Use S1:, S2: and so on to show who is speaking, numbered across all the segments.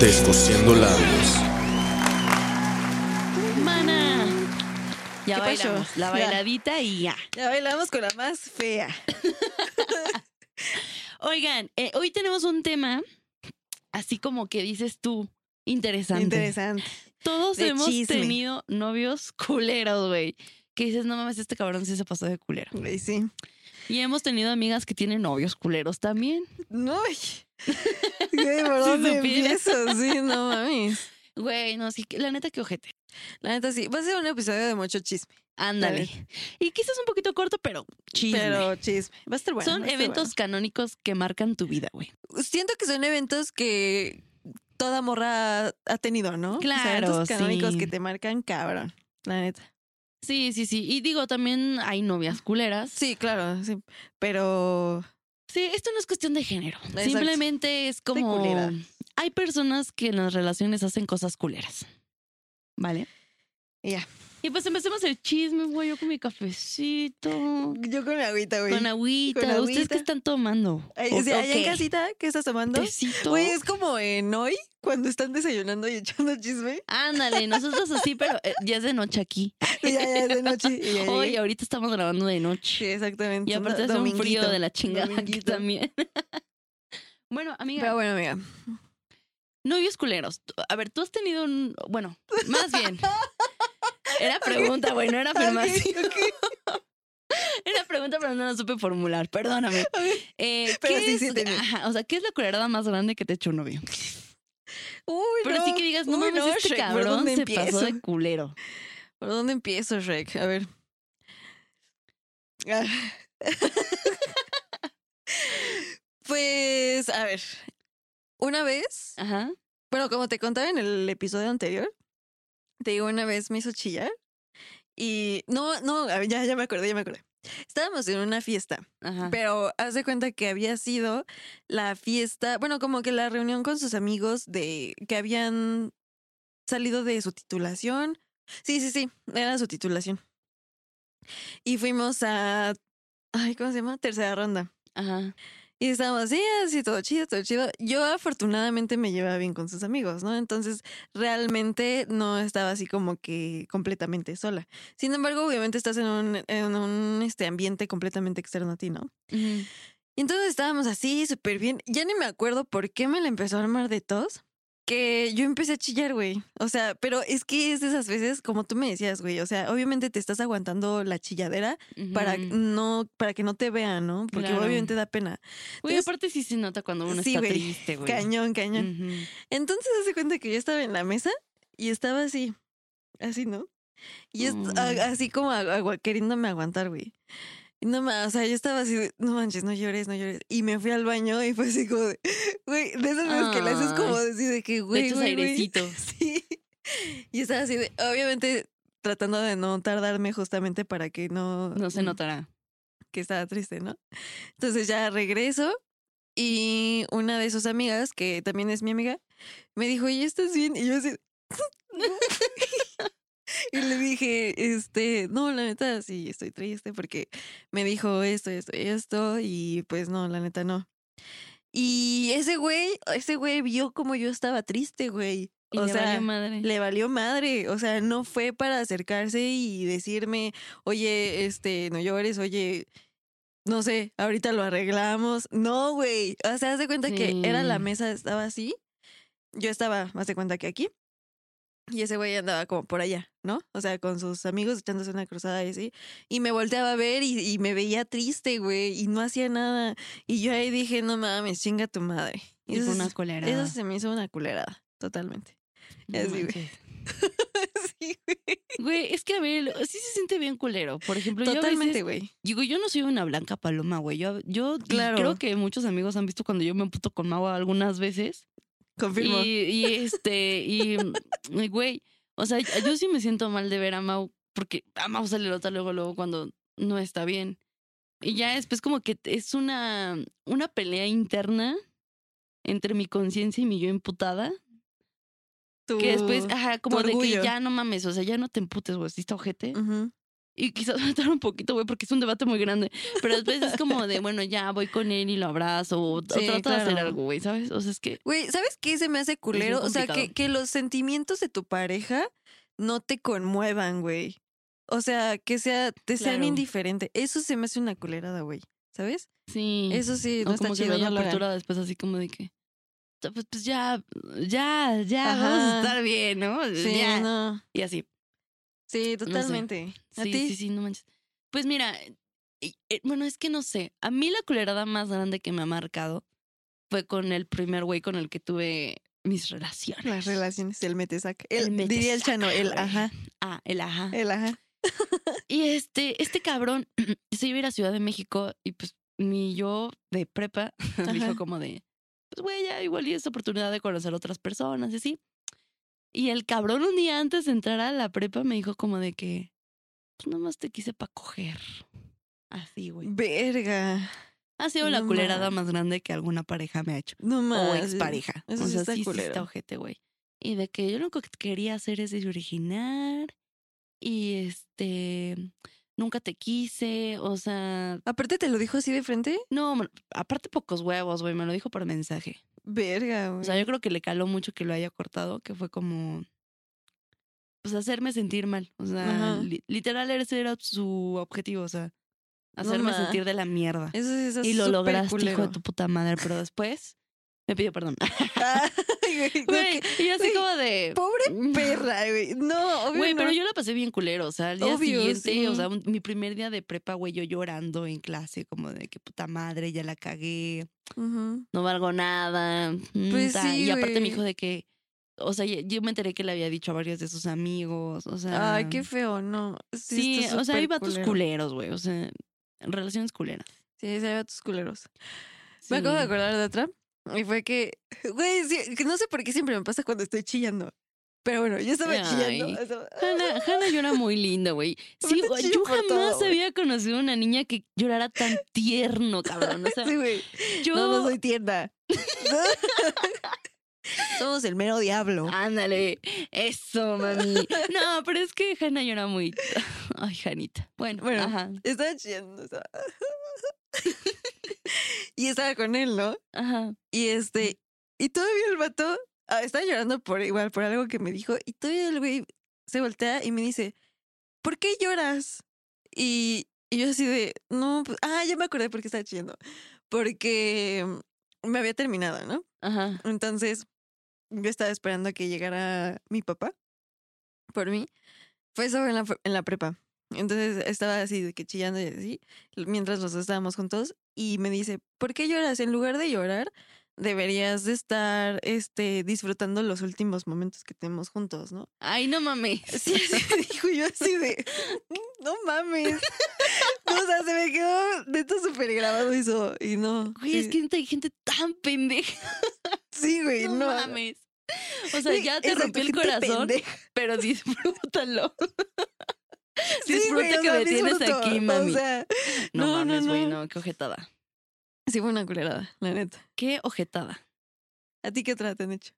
S1: Descosiendo labios.
S2: Mana. Ya
S3: ¿Qué pasó?
S2: bailamos, la
S3: Ya.
S2: bailadita y ya.
S3: Ya bailamos con la más fea.
S2: Oigan, eh, hoy tenemos un tema, así como que dices tú, interesante.
S3: Interesante.
S2: Todos
S3: de
S2: hemos
S3: chisme.
S2: tenido novios culeros, güey. Que dices, no mames, este cabrón sí se pasó de culero.
S3: Ay, sí.
S2: Y hemos tenido amigas que tienen novios culeros también.
S3: No. ay. Ay, ¿Por dónde
S2: supieras.
S3: empiezo? Sí, no mames.
S2: Güey, no, sí, que- la neta que ojete.
S3: La neta sí. Va a ser un episodio de mucho chisme.
S2: Ándale. Y quizás un poquito corto, pero chisme.
S3: Pero chisme. Va a estar bueno.
S2: Son
S3: va a estar
S2: eventos canónicos que marcan tu vida, güey.
S3: bueno. Siento que son eventos que toda morra ha tenido, ¿no? O sea,
S2: Claro,
S3: eventos canónicos
S2: sí.
S3: que te marcan cabrón. La neta.
S2: Sí, sí, sí. Y digo, también hay novias culeras.
S3: Sí, claro, sí. Pero
S2: Sí, esto no es cuestión de género.
S3: Exacto.
S2: Simplemente es como.
S3: culera.
S2: Hay personas que en las relaciones hacen cosas culeras. ¿Vale?
S3: y ya.
S2: Y pues empecemos el chisme, güey. Yo con mi cafecito.
S3: Yo con mi agüita, güey.
S2: Con agüita.
S3: Con
S2: ¿Ustedes
S3: agüita.
S2: qué están tomando?
S3: Ay, o sea, allá en casita, ¿qué estás tomando?
S2: Tecito.
S3: Güey, es como en hoy, cuando están desayunando y echando chisme.
S2: Ándale, nosotros así, pero eh, ya es de noche aquí.
S3: Y ya, ya es de noche. Y ya
S2: Hoy,
S3: llegué.
S2: ahorita estamos grabando de
S3: Sí,
S2: noche.
S3: exactamente.
S2: Y aparte hace un
S3: dominguito.
S2: frío de la chingada aquí
S3: dominguito.
S2: también. bueno, amiga.
S3: Pero bueno, amiga.
S2: Novios culeros. Tú- A ver, tú has tenido un. Bueno, más bien. Era pregunta, güey, no era afirmación.
S3: Ah, Ok, ok.
S2: Era pregunta, pero no la supe formular. Perdóname. Eh,
S3: Pero
S2: ¿qué
S3: sí,
S2: es-
S3: sí he tenido.
S2: ajá, o sea, ¿qué es la culerada más grande que te echó un novio?
S3: Uy,
S2: Pero
S3: no.
S2: sí que digas, no
S3: Uy,
S2: mames, este
S3: Shrek, ¿por
S2: cabrón
S3: dónde
S2: se
S3: empiezo?
S2: pasó de culero.
S3: ¿Por dónde empiezo, Shrek? A ver. Ah. pues, a ver. Una vez
S2: Ajá.
S3: Bueno, como te contaba en el episodio anterior, te digo, una vez me hizo chillar y no, no, a ver, ya, ya me acordé, ya me acordé. Estábamos en una fiesta,
S2: Ajá.
S3: pero haz de cuenta que había sido la fiesta, bueno, como que la reunión con sus amigos de que habían salido de su titulación. Sí, sí, sí, era su titulación. Y fuimos a, ay, ¿cómo se llama? Tercera ronda.
S2: Ajá.
S3: Y estábamos así, así, todo chido, todo chido. Yo afortunadamente me llevaba bien con sus amigos, ¿no? Entonces realmente no estaba así como que completamente sola. Sin embargo, obviamente estás en un, en un este, ambiente completamente externo a ti, ¿no?
S2: Ujú.
S3: Y entonces estábamos así, súper bien. Ya ni me acuerdo por qué me la empezó a armar de tos. Que yo empecé a chillar, güey. O sea, pero es que es de esas veces, como tú me decías, güey. O sea, obviamente te estás aguantando la chilladera para, mm,
S2: Ujú.
S3: no, para que no te vean, ¿no? Porque
S2: Claro.
S3: obviamente da pena.
S2: Güey,
S3: entonces-
S2: aparte sí se nota cuando uno
S3: Sí,
S2: está
S3: güey.
S2: triste, güey.
S3: Cañón, cañón.
S2: Ujú.
S3: Entonces hace cuenta que yo estaba en la mesa y estaba así, así, ¿no? Y est-
S2: Mm.
S3: a- así como a- agua- queriéndome aguantar, güey. Y No más, o sea, yo estaba así, de, no manches, no llores, no llores. Y me fui al baño y fue así como de, güey, de esas veces que le haces como así de que,
S2: Le
S3: güey,
S2: echas
S3: güey, güey.
S2: airecito.
S3: Sí. Y estaba así de, obviamente tratando de no tardarme justamente para que no
S2: No se notará.
S3: que estaba triste, ¿no? Entonces ya regreso y una de sus amigas, que también es mi amiga, me dijo, ¿y estás bien? Y yo así... y le dije, este, no, la neta, sí, estoy triste porque me dijo esto, esto, y esto, y pues no, la neta no. Y ese güey, ese güey vio como yo estaba triste, güey.
S2: Y
S3: o
S2: le
S3: sea,
S2: valió madre.
S3: le valió madre, o sea, no fue para acercarse y decirme, oye, este, no llores, oye, no sé, ahorita lo arreglamos. No, güey, o sea, haz de cuenta que era la
S2: Sí.
S3: mesa, estaba así, yo estaba, más de cuenta que aquí, y ese güey andaba como por allá, ¿no? O sea, con sus amigos echándose una cruzada y así, y me volteaba a ver y, y me veía triste, güey, y no hacía nada, y yo ahí dije, no mames, chinga tu madre. Y
S2: Y
S3: eso
S2: fue una
S3: se- eso
S2: culerada.
S3: se me hizo una culerada, totalmente.
S2: No
S3: así, güey.
S2: manches.
S3: Sí.
S2: Güey, es que a ver, sí se siente bien culero. Por ejemplo, yo a veces-
S3: Totalmente, güey.
S2: Digo, yo no soy una blanca paloma, güey. Yo, yo y
S3: Claro.
S2: creo que muchos amigos han visto cuando yo me emputo con Mawa algunas veces.
S3: Confirmo.
S2: Y, y este, y mm, güey, o sea, yo sí me siento mal de ver a Mau, porque a Mau se le nota luego, luego cuando no está bien. Y ya después como que es una, una pelea interna entre mi conciencia y mi yo imputada. Que después,
S3: Uh,
S2: ah,
S3: Tu-
S2: ajá, como de que
S3: orgullo.
S2: ya no mames, o sea, ya no te emputes, güey, si está ojete.
S3: Ujú.
S2: Y quizás matar un poquito, güey, porque es un debate muy grande. Pero después es como de, bueno, ya voy con él y lo abrazo. O, o
S3: Sí,
S2: trato de hacer
S3: claro.
S2: algo, güey, ¿sabes? O sea, es que
S3: Güey, ¿sabes qué se me hace culero? O sea, que,
S2: complicado.
S3: que los sentimientos de tu pareja no te conmuevan, güey. O sea, que sea, te sean
S2: Claro.
S3: indiferente. Eso se me hace una culerada, güey. ¿Sabes?
S2: sí.
S3: Eso sí, no
S2: o
S3: está
S2: como
S3: chido.
S2: que
S3: no
S2: no
S3: lo hagan.
S2: apertura después así como de que "Ta- pues, pues ya ya ya vamos
S3: Ajá.
S2: a estar bien no
S3: Sí,
S2: Ya".
S3: no.
S2: y así
S3: Sí, totalmente. ¿A
S2: sí
S3: ti?
S2: sí sí no manches pues mira eh, eh, bueno es que no sé a mí la culerada más grande que me ha marcado fue con el primer güey con el que tuve mis relaciones
S3: Las relaciones, el metesac.
S2: El
S3: El, diría el
S2: metesaca,
S3: chano, el
S2: güey.
S3: ajá,
S2: ah el ajá
S3: el ajá.
S2: y este este cabrón se iba a ir a Ciudad de México y pues mi yo de prepa
S3: Ajá.
S2: me dijo como de, pues güey, ya igual y es oportunidad de conocer otras personas y así. Y el cabrón un día antes de entrar a la prepa me dijo como de que, pues nomás te quise para coger. Así, güey.
S3: Verga.
S2: Ha sido la
S3: Pues, No
S2: culerada más grande que alguna pareja me ha hecho.
S3: No
S2: o
S3: más.
S2: expareja.
S3: eso
S2: o
S3: sí
S2: sea,
S3: está
S2: sí, sí
S3: culero.
S2: está ojete, güey. Y de que yo lo único que quería hacer es desoriginar. Y este, nunca te quise. O sea,
S3: Aparte te lo dijo así de frente.
S2: no, me- aparte pocos huevos, güey. Me lo dijo por mensaje.
S3: Verga,
S2: O
S3: güey.
S2: sea, yo creo que le caló mucho que lo haya cortado, que fue como. Pues hacerme sentir mal. O sea,
S3: Ajá.
S2: li- literal, ese era su objetivo, o sea,
S3: No
S2: hacerme
S3: ma.
S2: sentir de la mierda.
S3: Eso sí está
S2: Y lo
S3: súper
S2: lograste, hijo
S3: culero.
S2: de tu puta madre, pero después me pidió perdón.
S3: Ay, güey, no,
S2: Güey,
S3: que-
S2: y yo así
S3: güey,
S2: como de.
S3: Pobre perra, güey. No, obvio.
S2: Mm. Güey, pero
S3: no.
S2: yo la pasé bien culero, o sea, al día
S3: Obvio,
S2: siguiente,
S3: sí.
S2: o sea, un- mi primer día de prepa, güey, yo llorando en clase, como de que puta madre, ya la cagué.
S3: Ujú.
S2: no valgo nada. mm,
S3: Pues
S2: ta.
S3: sí,
S2: y aparte me
S3: güey.
S2: dijo de que, o sea, ya- yo me enteré que le había dicho a varios de sus amigos, o sea.
S3: Ay, qué feo, no.
S2: Ah. Sí,
S3: está
S2: o sea, hay
S3: súper
S2: vatos
S3: culero.
S2: culeros, güey, o sea, relaciones culeras.
S3: Sí, sí, hay vatos culeros. Me acabo de
S2: Sí.
S3: acordar de otra. Y fue que, güey, sí, que no sé por qué siempre me pasa cuando estoy chillando. Pero bueno, yo estaba
S2: Ay.
S3: chillando. estaba-
S2: Hannah, Hannah llora muy linda, güey. Sí,
S3: Aparte
S2: güey,
S3: chilla
S2: yo
S3: por
S2: jamás
S3: todo, güey.
S2: había conocido una niña que llorara tan tierno, cabrón. O sea,
S3: Sí, güey.
S2: yo.
S3: No, no soy tierna. Somos el mero diablo.
S2: Ah. Ándale, eso, mami. No, pero es que Hannah llora muy. Ay, Janita. Bueno,
S3: Bueno,
S2: bueno. Ajá,
S3: Estaba chillando. estaba- y estaba con él, ¿no?
S2: ajá.
S3: Y este, y todavía el vato ah, estaba llorando por igual, por algo que me dijo. Y todavía el güey se voltea y me dice, ¿por qué lloras? Y, y yo así de, no, pues, ah, ya me acordé por qué estaba chillando. Porque mm, me había terminado, ¿no?
S2: Ajá.
S3: Entonces, yo estaba esperando a que llegara mi papá por mí. Fue eso en la, fr- en la prepa. Entonces estaba así de que chillando y así, mientras los dos estábamos juntos. Y me dice, ¿por qué lloras? En lugar de llorar, deberías de estar este, disfrutando los últimos momentos que tenemos juntos, ¿no?
S2: Ay, no mames.
S3: Sí, así me dijo yo así de, "Mm, no mames. o sea, se me quedó neta súper grabado eso. Y no.
S2: Güey, es
S3: sí.
S2: que neta hay gente tan pendeja.
S3: Sí, güey,
S2: No,
S3: no.
S2: mames. O sea,
S3: Güey,
S2: ya te
S3: exacto,
S2: rompió el
S3: gente
S2: corazón,
S3: pendeja.
S2: pero disfrútalo.
S3: Sí,
S2: Disfruta
S3: güey, o
S2: que
S3: sea,
S2: me tienes
S3: disfruto.
S2: aquí,
S3: O
S2: mami.
S3: sea,
S2: No,
S3: No, no,
S2: mames, güey,
S3: no.
S2: no. qué ojetada.
S3: sí fue una culerada, la neta.
S2: Qué ojetada.
S3: ¿A ti qué otra te han hecho?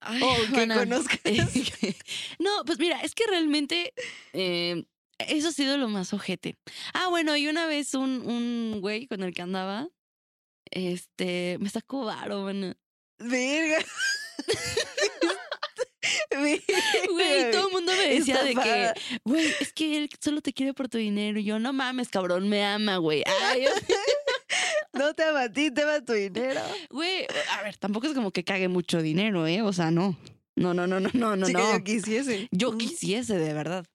S2: Ay,
S3: O que
S2: Juana.
S3: conozcas.
S2: no, pues mira, es que realmente eh, eso ha sido lo más ojete. Ah, bueno, y una vez un, un güey con el que andaba, este, me sacó varo, bueno.
S3: Verga. Verga,
S2: Güey, todo el mundo me decía de que,
S3: Estafada.
S2: güey, es que él solo te quiere por tu dinero. Y yo, no mames, cabrón, me ama, güey. Ay, o sea,
S3: No te ama a ti, te ama tu dinero.
S2: Güey, a ver, tampoco es como que cague mucho dinero, ¿eh? O sea, no. No, no, no, no, no, no.
S3: sí que
S2: no.
S3: yo quisiese.
S2: Yo
S3: Mm.
S2: quisiese, de verdad.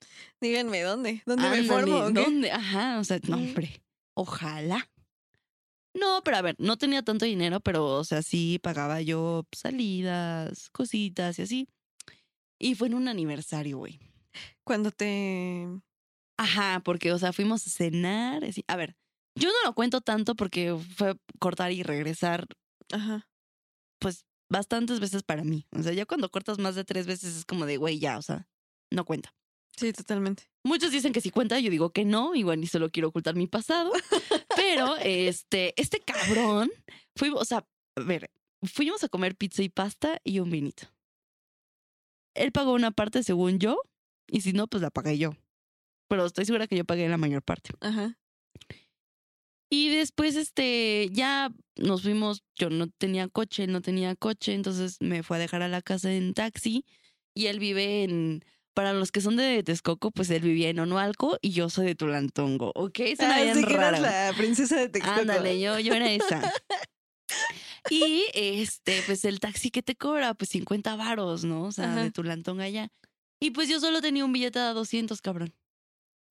S3: Díganme dónde. ¿Dónde
S2: Ándale,
S3: me formo? o qué? Mm.
S2: ¿Dónde? Ajá, o sea, no, hombre. Ojalá. No, pero a ver, no tenía tanto dinero, pero, o sea, sí pagaba yo salidas, cositas y así. Y fue en un aniversario, güey.
S3: Cuando te.
S2: Ajá, porque, o sea, fuimos a cenar. así- A ver, yo no lo cuento tanto porque fue cortar y regresar
S3: Ajá.
S2: pues bastantes veces para mí. O sea, ya cuando cortas más de tres veces es como de, güey, ya, o sea, no cuenta.
S3: Sí, totalmente.
S2: Muchos dicen que sí cuenta, yo digo que no, igual ni solo quiero ocultar mi pasado. Pero este, este cabrón, fuimos, o sea, a ver, fuimos a comer pizza y pasta y un vinito. Él pagó una parte según yo, y si no, pues la pagué yo. Pero estoy segura que yo pagué la mayor parte.
S3: Ajá.
S2: Y después, este, ya nos fuimos, yo no tenía coche, él no tenía coche, entonces me fue a dejar a la casa en taxi y él vive en, para los que son de Texcoco, pues él vivía en Onoalco y yo soy de Tulantongo, ¿ok? Es una
S3: Ah,
S2: bien
S3: sí que
S2: rara.
S3: eras la princesa de Texcoco.
S2: Ándale, yo, yo era esa. Y este, pues el taxi que te cobra, pues 50 varos, ¿no? O sea,
S3: Ajá.
S2: de tu lantón allá. Y pues yo solo tenía un billete de 200, cabrón.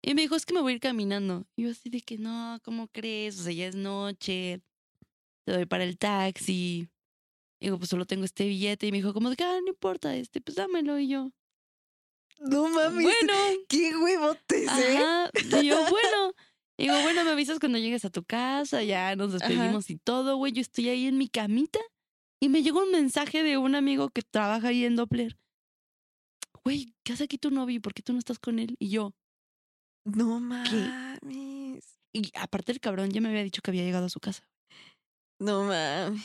S2: Y me dijo, es que me voy a ir caminando. Y yo así de que, no, ¿cómo crees? O sea, ya es noche. Te doy para el taxi. Y digo, pues solo tengo este billete. Y me dijo, como de que, ah, no importa, este, pues dámelo. Y yo,
S3: No mames.
S2: bueno.
S3: Qué huevotes, ¿eh?
S2: Ajá. Y yo, bueno. Y Digo, bueno, me avisas cuando llegues a tu casa, ya nos despedimos y todo, güey. Yo estoy ahí en mi camita y me llegó un mensaje de un amigo que trabaja ahí en Doppler. Güey, ¿qué hace aquí tu novio? ¿Por qué tú no estás con él? Y yo.
S3: No mames.
S2: Y aparte el cabrón ya me había dicho que había llegado a su casa.
S3: No mames.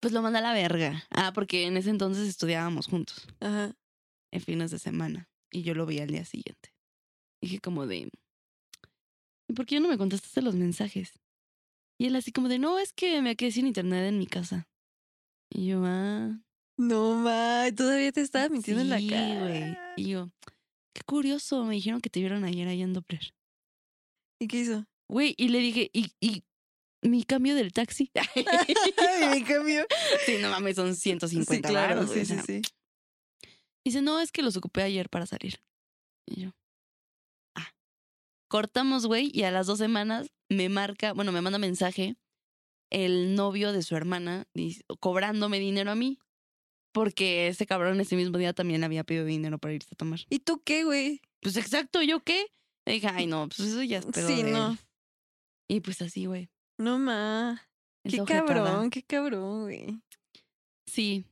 S2: Pues lo manda a la verga. Ah, porque en ese entonces estudiábamos juntos,
S3: Ajá.
S2: en fines de semana. Y yo lo vi al día siguiente. Dije como de, ¿y por qué ya no me contestaste los mensajes? Y él así como de, no, es que me quedé sin internet en mi casa. Y yo, ah.
S3: No mames. Todavía te estaba mintiendo en
S2: sí,
S3: la cara.
S2: güey. Y yo, qué curioso, me dijeron que te vieron ayer ahí en Doppler.
S3: ¿Y qué hizo?
S2: Güey, y le dije, ¿y, y mi cambio del taxi?
S3: Ay, me cambió.
S2: sí, no mames, son 150
S3: sí, claro,
S2: varos, güey,
S3: sí,
S2: o
S3: sí,
S2: sea,
S3: sí.
S2: Dice, no, es que los ocupé ayer para salir. Y yo, ah. Cortamos, güey, y a las dos semanas me marca, bueno, me manda mensaje el novio de su hermana dice- cobrándome dinero a mí. Porque ese cabrón ese mismo día también había pedido dinero para irse a tomar.
S3: ¿Y tú qué, güey?
S2: Pues exacto, ¿yo qué? Le dije, ay, no, pues eso ya es pedo
S3: Sí,
S2: de él".
S3: no.
S2: Y pues así, güey.
S3: No mames.
S2: esa
S3: Qué
S2: ojetada.
S3: cabrón, qué cabrón, güey.
S2: Sí.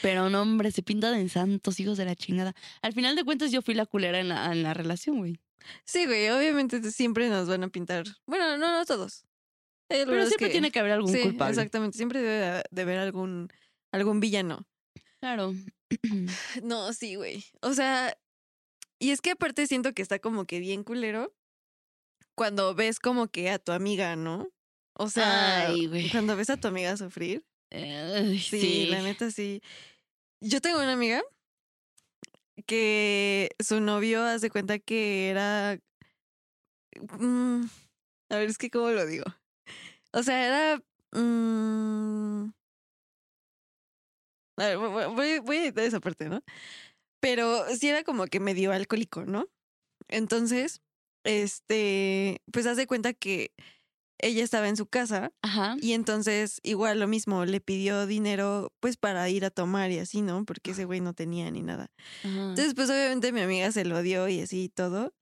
S2: Pero no, hombre, se pinta de santos, hijos de la chingada. Al final de cuentas, yo fui la culera en la, en la relación, güey.
S3: Sí, güey, obviamente siempre nos van a pintar. Bueno, no, no todos. Hay
S2: Pero
S3: algunos
S2: siempre
S3: que-
S2: tiene que haber algún
S3: sí,
S2: culpable.
S3: Exactamente, siempre debe de- de haber algún, algún villano.
S2: Claro.
S3: No, sí, güey. O sea, y es que aparte siento que está como que bien culero cuando ves como que a tu amiga, ¿no? O sea,
S2: Ay, güey.
S3: cuando ves a tu amiga sufrir.
S2: Ay,
S3: Sí,
S2: sí.
S3: la neta sí. Yo tengo una amiga que su novio hace cuenta que era. mm, a ver, es que cómo lo digo. O sea, era. mm, a ver, voy- voy, voy a editar esa parte, ¿no? Pero sí era como que medio alcohólico, ¿no? Entonces, este, pues hace cuenta que ella estaba en su casa
S2: Ajá.
S3: y entonces, igual lo mismo, le pidió dinero pues para ir a tomar y así, ¿no? Porque ese güey no tenía ni nada.
S2: Mm. ajá.
S3: Entonces, pues obviamente mi amiga se lo dio y así y todo.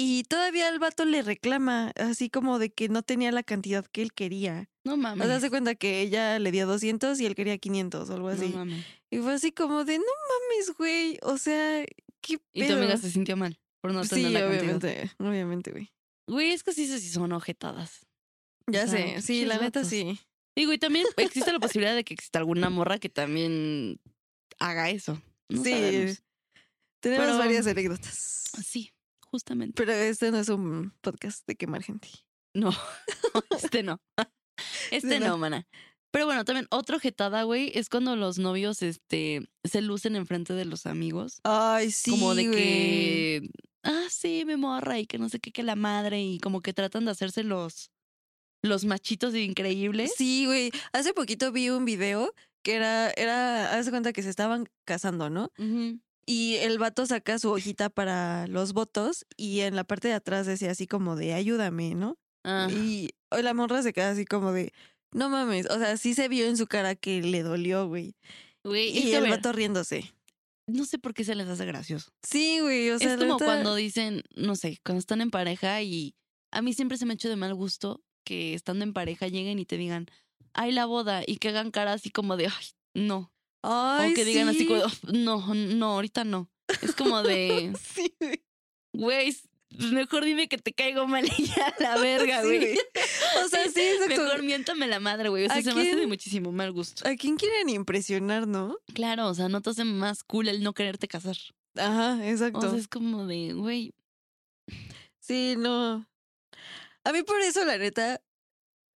S3: Y todavía el vato le reclama, así como de que no tenía la cantidad que él quería.
S2: no
S3: O
S2: mames.
S3: sea, se cuenta que ella le dio 200 y él quería 500 o algo así.
S2: no mames.
S3: y fue así como de, no mames, güey. O sea, qué
S2: Y tu
S3: pedo?".
S2: amiga se sintió mal por no
S3: Sí,
S2: tener la cantidad.
S3: obviamente, obviamente, güey.
S2: Güey, es que sí, sí son objetadas.
S3: Ya
S2: sea,
S3: sé, sí,
S2: pinches
S3: la neta
S2: vatos.
S3: sí.
S2: Digo, y también existe la posibilidad de que exista alguna morra que también haga eso. No
S3: sí.
S2: sabemos.
S3: Tenemos
S2: Pero-
S3: varias anécdotas.
S2: Sí, justamente.
S3: Pero este no es un podcast de quemar gente.
S2: No, este no. Este
S3: Sí, no.
S2: no, mana. Pero bueno, también otra objetada, güey, es cuando los novios este, se lucen enfrente de los amigos.
S3: Ay, sí.
S2: como de que, ah, sí, me morra y que no sé qué, que la madre y como que tratan de hacerse los, los machitos increíbles.
S3: Sí, güey. Hace poquito vi un video que era, era, haz de cuenta que se estaban casando, ¿no?
S2: Ujú.
S3: Y el vato saca su hojita para los votos y en la parte de atrás decía así como de ayúdame, ¿no?
S2: Ah,
S3: Y la morra se queda así como de no mames. O sea, sí se vio en su cara que le dolió, güey.
S2: güey, es
S3: Y
S2: que, a
S3: el
S2: ver,
S3: vato riéndose.
S2: no sé por qué se les hace gracioso.
S3: Sí, güey, o sea,
S2: es como
S3: neta,
S2: cuando dicen, no sé, cuando están en pareja y a mí siempre se me ha hecho de mal gusto que estando en pareja lleguen y te digan, ay, la boda, y que hagan cara así como de, ay, no.
S3: Ay,
S2: o que digan así
S3: sí,
S2: como, "Uf, no, no, ahorita no. Es como de,
S3: Sí, güey.
S2: güey, mejor dime que te caigo mal y ya la verga,
S3: Sí,
S2: güey.
S3: güey. O sea, sí, exacto.
S2: Mejor miéntame la madre, güey. O sea,
S3: ¿A
S2: se me hace de
S3: quién?
S2: muchísimo mal gusto.
S3: ¿A quién quieren impresionar, no?
S2: Claro, o sea, no te hace más cool el no quererte casar.
S3: Ajá,
S2: O
S3: exacto.
S2: sea, es como de, güey,
S3: sí, no. A mí por eso, la neta,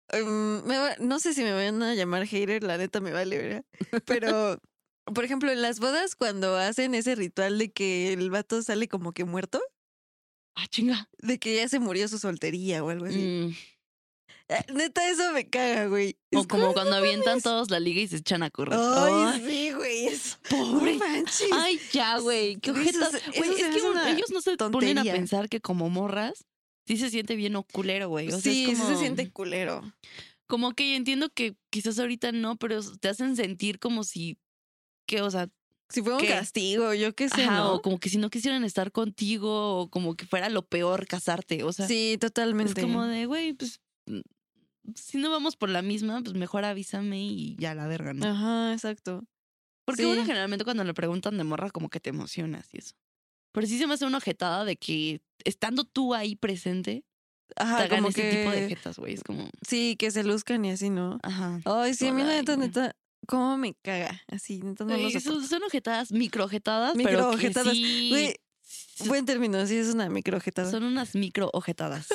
S3: em, me va- no sé si me van a llamar hater, la neta me vale, ¿verdad? Pero, por ejemplo, en las bodas cuando hacen ese ritual de que el vato sale como que muerto,
S2: ah, chinga.
S3: de que ya se murió su soltería o algo así.
S2: Mm.
S3: Ah, Neta, eso me caga, güey.
S2: O
S3: Es
S2: como cuando avientan todos la liga y se echan a correr.
S3: Ay,
S2: Ay,
S3: sí, güey, eso.
S2: pobre.
S3: No manches.
S2: Ay, ya, güey. Qué
S3: Eso
S2: ojetas.
S3: se-
S2: Güey,
S3: eso se
S2: es
S3: me
S2: que
S3: hace
S2: un-
S3: una
S2: ellos no se ponen a
S3: tontería.
S2: pensar que como morras sí se siente bien o culero, güey. O sea,
S3: sí,
S2: es
S3: sí
S2: como,
S3: se siente culero.
S2: Como que entiendo que quizás ahorita no, pero te hacen sentir como si. Que, o sea,
S3: Si fue un
S2: ¿Qué?
S3: castigo, yo qué sé,
S2: ajá,
S3: ¿no?
S2: o como que si no quisieran estar contigo, o como que fuera lo peor casarte. O sea,
S3: sí,
S2: es
S3: totalmente.
S2: como de, güey, pues. mm, Si no vamos por la misma, pues mejor avísame y ya la verga,
S3: Mm.
S2: ¿no?
S3: Ajá, exacto.
S2: Porque
S3: Ah, Sí.
S2: uno generalmente cuando le preguntan de morra como que te emocionas y eso. Pero sí se me hace una ojetada de que estando tú ahí presente, te
S3: Ajá,
S2: hagan
S3: como
S2: ese
S3: que
S2: tipo de jetas, güey. Es como,
S3: sí, que se luzcan y así, ¿no?
S2: ajá.
S3: Ay, sí, a mí la
S2: Ay,
S3: neta,
S2: no.
S3: neta, cómo me caga. Así, neta, no lo
S2: Güey,
S3: soporto.
S2: son, son ojetadas, microojetadas, pero que
S3: Microojetadas.
S2: sí
S3: Güey, buen término, sí, es una microjetada.
S2: son unas microojetadas.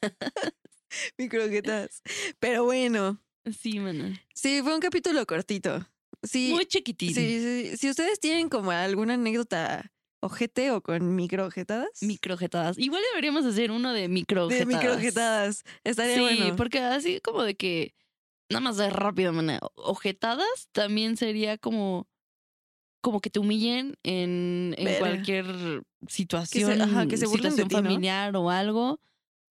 S3: Microjetas. Pero bueno,
S2: sí, man.
S3: sí, fue un capítulo cortito. Sí,
S2: Muy
S3: sí,
S2: chiquitín.
S3: sí, Si ustedes tienen como alguna anécdota ojete o con microjetadas.
S2: Microojetadas. Igual deberíamos hacer uno de
S3: de
S2: microojetadas.
S3: microjetadas. Estaría
S2: Sí,
S3: bueno.
S2: porque así como de que nada más de rápido, maná, Ojetadas también sería como como que te humillen en, en
S3: Verga.
S2: cualquier situación,
S3: ajá, que se burlen de
S2: situación
S3: ti, ¿no?
S2: familiar o algo.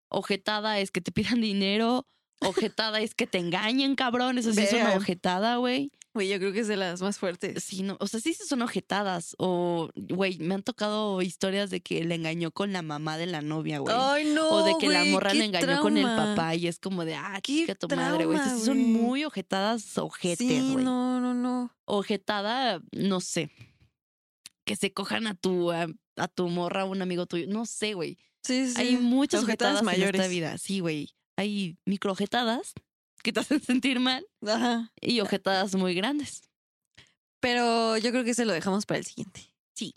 S2: Ojetada es que te pidan dinero. Ojetada es que te engañen, cabrón. Eso sí es una
S3: Verga.
S2: ojetada, güey.
S3: Güey, yo creo que es de las más fuertes.
S2: Sí, no, o sea, sí son ojetadas. O, güey, me han tocado historias de que le engañó con la mamá de la novia, güey.
S3: Ay, no.
S2: O de que
S3: Oh,
S2: la
S3: güey,
S2: morra
S3: qué
S2: le engañó con el
S3: trauma.
S2: papá y es como de, ah,
S3: Qué
S2: chica tu madre, güey. Esas sí son
S3: trauma, güey.
S2: muy ojetadas, ojetes,
S3: Sí,
S2: güey.
S3: no, no, no.
S2: Ojetada, no sé. Que se cojan a tu, a, a tu morra, un amigo tuyo. No sé, güey.
S3: Sí, sí.
S2: Hay muchas
S3: Ojetadas
S2: ojetadas, mayores. en esta
S3: mayores.
S2: vida. Sí, güey. Hay microojetadas que te hacen sentir mal
S3: Ajá.
S2: y ojetadas muy grandes.
S3: Pero yo creo que se lo dejamos para el siguiente.
S2: Sí.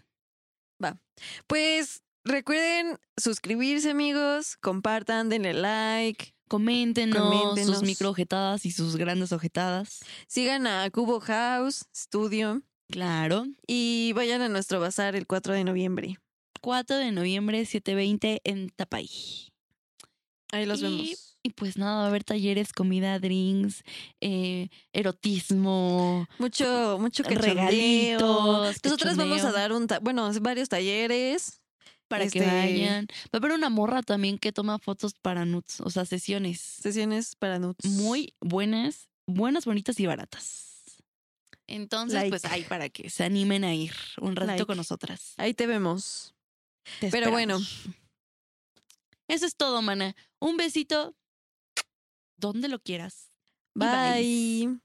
S3: Va. Pues recuerden suscribirse, amigos. Compartan, denle like.
S2: Coméntenos,
S3: Coméntenos.
S2: sus microojetadas y sus grandes ojetadas.
S3: Sigan a Cubo House Studio.
S2: Claro.
S3: Y vayan a nuestro bazar el 4 de noviembre.
S2: 4 de noviembre, 7.20 en Tapay.
S3: Ahí los
S2: Y-
S3: vemos.
S2: Y pues nada, va a haber talleres, comida, drinks, eh, erotismo.
S3: Mucho, mucho que
S2: Regalitos,
S3: Nosotras vamos a
S2: cachondeo.
S3: dar un, ta- bueno, varios talleres.
S2: Para
S3: Este-
S2: que vayan. Va a haber una morra también que toma fotos para nuts, o sea, sesiones
S3: Sesiones para nudes.
S2: muy buenas, buenas, bonitas y baratas. Entonces,
S3: Like.
S2: pues ahí para que se animen a ir un ratito
S3: Like.
S2: con nosotras.
S3: Ahí te vemos.
S2: Te
S3: Pero bueno.
S2: esperamos. Eso es todo, mana. Un besito. Donde lo quieras. Y
S3: Bye.